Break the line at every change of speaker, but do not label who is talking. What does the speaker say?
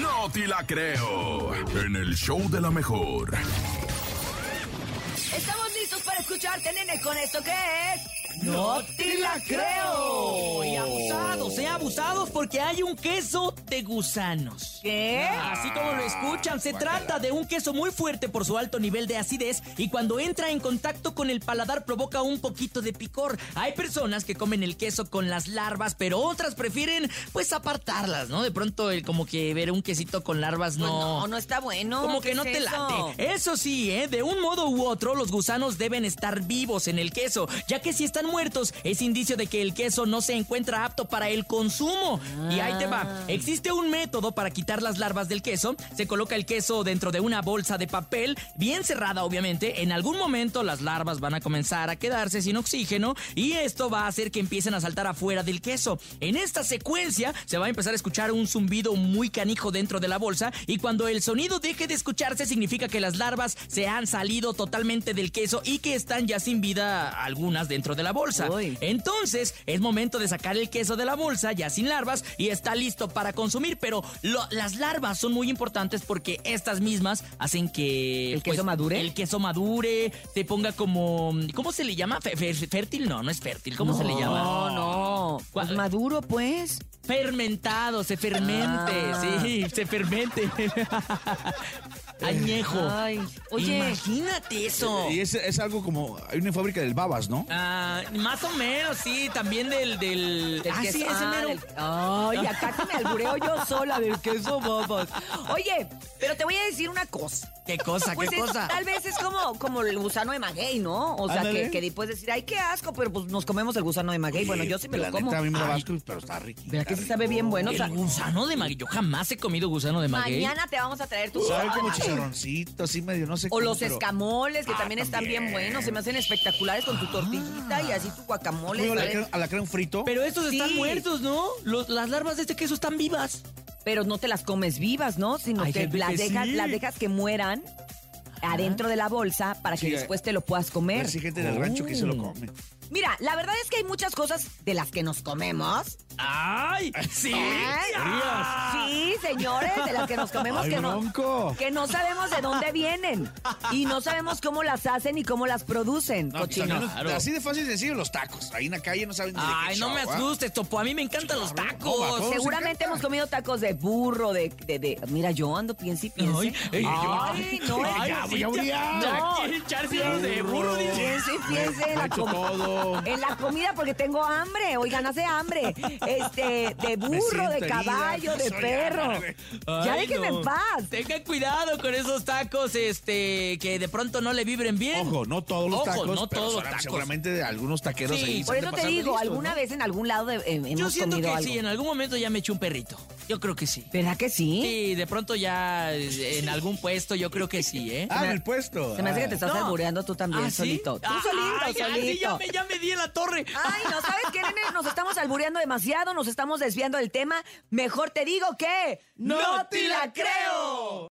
No te la creo. En el show de la mejor.
Estamos listos para escucharte, nene, con esto que es. ¡No te la creo!
Y abusados, eh, abusados porque hay un queso de gusanos.
¿Qué?
Así como lo escuchan, se trata de un queso muy fuerte por su alto nivel de acidez y cuando entra en contacto con el paladar provoca un poquito de picor. Hay personas que comen el queso con las larvas, pero otras prefieren pues apartarlas, ¿no? De pronto el como que ver un quesito con larvas
Pues
no.
no, no está bueno.
Como que
¿qué
no
es
te
eso?
late. Eso sí, ¿eh? de un modo u otro, los gusanos deben estar vivos en el queso, ya que si están muertos, es indicio de que el queso no se encuentra apto para el consumo. Y ahí te
Ah.
va. Existe un método para quitar las larvas del queso. Se coloca el queso dentro de una bolsa de papel, bien cerrada, obviamente. En algún momento, las larvas van a comenzar a quedarse sin oxígeno y esto va a hacer que empiecen a saltar afuera del queso. En esta secuencia, se va a empezar a escuchar un zumbido muy canijo dentro de la bolsa y cuando el sonido deje de escucharse significa que las larvas se han salido totalmente del queso y que están ya sin vida algunas dentro de la bolsa.
Uy.
Entonces es momento de sacar el queso de la bolsa ya sin larvas y está listo para consumir, pero lo- las larvas son muy importantes porque estas mismas hacen que... pues,
¿El queso madure?
El queso madure, te ponga como... ¿Cómo se le llama? Fe- fe- ¿Fértil? No, no es fértil. ¿Cómo se le llama?
No, no. Pues
¿Cuál?
maduro, pues.
Fermentado, se fermente,
Ah.
sí, se fermente. Añejo.
Ay, oye.
Imagínate eso.
Y es, es algo como. Hay una fábrica del babas, ¿no?
Ah, más o menos, sí, también del... del...
del
ah,
queso-
sí, ese
ah,
mero.
del- Ay, acá que me albureo yo sola del queso babas. Oye, pero te voy a decir una cosa.
¿Qué cosa,
Pues
qué
es-
cosa?
tal vez es como, como el gusano de maguey, ¿no? O sea, que,
Ándale.
que puedes decir, ay, qué asco, pero pues nos comemos el gusano de maguey. bueno, yo sí me
la
lo como.
Neta, a mí me lo
Ay,
vasco, pero está rico.
¿Verdad que sí sabe bien bueno? O sea,
El gusano de maguey. Yo jamás he comido gusano de maguey.
mañana te vamos a traer tu
Sabe como
Ay.
chicharroncito, así medio, no sé
O
cómo,
los
pero-
escamoles, que
Ah,
también están bien
también. Ah.
buenos, se me hacen espectaculares con tu tortillita y así tu guacamole.
Bueno,
¿sabes?
alacrán- alacrán frito.
Pero estos
Sí.
están muertos, ¿no? Los- las larvas de este queso están vivas.
Pero no te las comes vivas, ¿no? Sino
Hay
que,
gente
las,
que
dejas,
sí.
las dejas que mueran adentro de la bolsa para que
Sí, Pues
después te lo puedas comer.
Hay gente del rancho que se lo come.
Mira, la verdad es que hay muchas cosas de las que nos comemos.
¡Ay! ¡Sí!
¿eh? Sí, señores, de las que nos comemos
Ay,
que no,
bronco.
que no sabemos de dónde vienen y no sabemos cómo las hacen y cómo las producen.
No, pues,
cochinos.
también los-
claro.
Así de fácil decir los tacos. Ahí en la calle no saben ni de qué
Ay, no
show,
me
¿ah?
asustes, Topo. A mí me encantan los
Claro, no,
tacos.
vamos.
Seguramente
encanta.
hemos comido tacos de burro, de, de, de- Mira, yo ando, piense y piense.
Ay, ey, yo-
Ay, no,
Ay,
ya,
sí,
voy a odiar.
ya quiere echarse ya los de burro, dice.
piense y piense en
Lo he
la,
hecho
com-
todo.
en la comida porque tengo hambre. Oigan, hace hambre. Este, de burro,
Ah, siento
de
herida,
caballo, de
soy
perro.
árabe.
Ya
Ay,
déjenme
no.
en paz.
Tengan cuidado con esos tacos, este, que de pronto no le vibren bien.
Ojo, no todos los
Ojo,
tacos.
no
pero
todos los
segura-
tacos.
Seguramente de algunos taqueros
Sí,
ahí. se
Por
han de
eso te
pasar de
digo,
listos,
alguna
¿no?
vez en algún lado de- eh, hemos
Yo siento que
comido
sí, en
algo.
algún momento ya me eché un perrito. Yo creo que sí.
¿Verdad que sí?
Sí, de pronto ya eh, en algún puesto, yo creo que sí, ¿eh?
Ah, en el puesto. Ah.
Se me hace que te estás
No.
albureando tú también,
¿Ah, sí?
solito. Tú
Ah,
solito,
ay, ay, sí,
solito. Ah,
ya, me, ya me di en la torre.
Ay, no sabes qué, nene, nos estamos albureando demasiado, nos estamos desviando del tema. Mejor te digo que
¡No te la creo!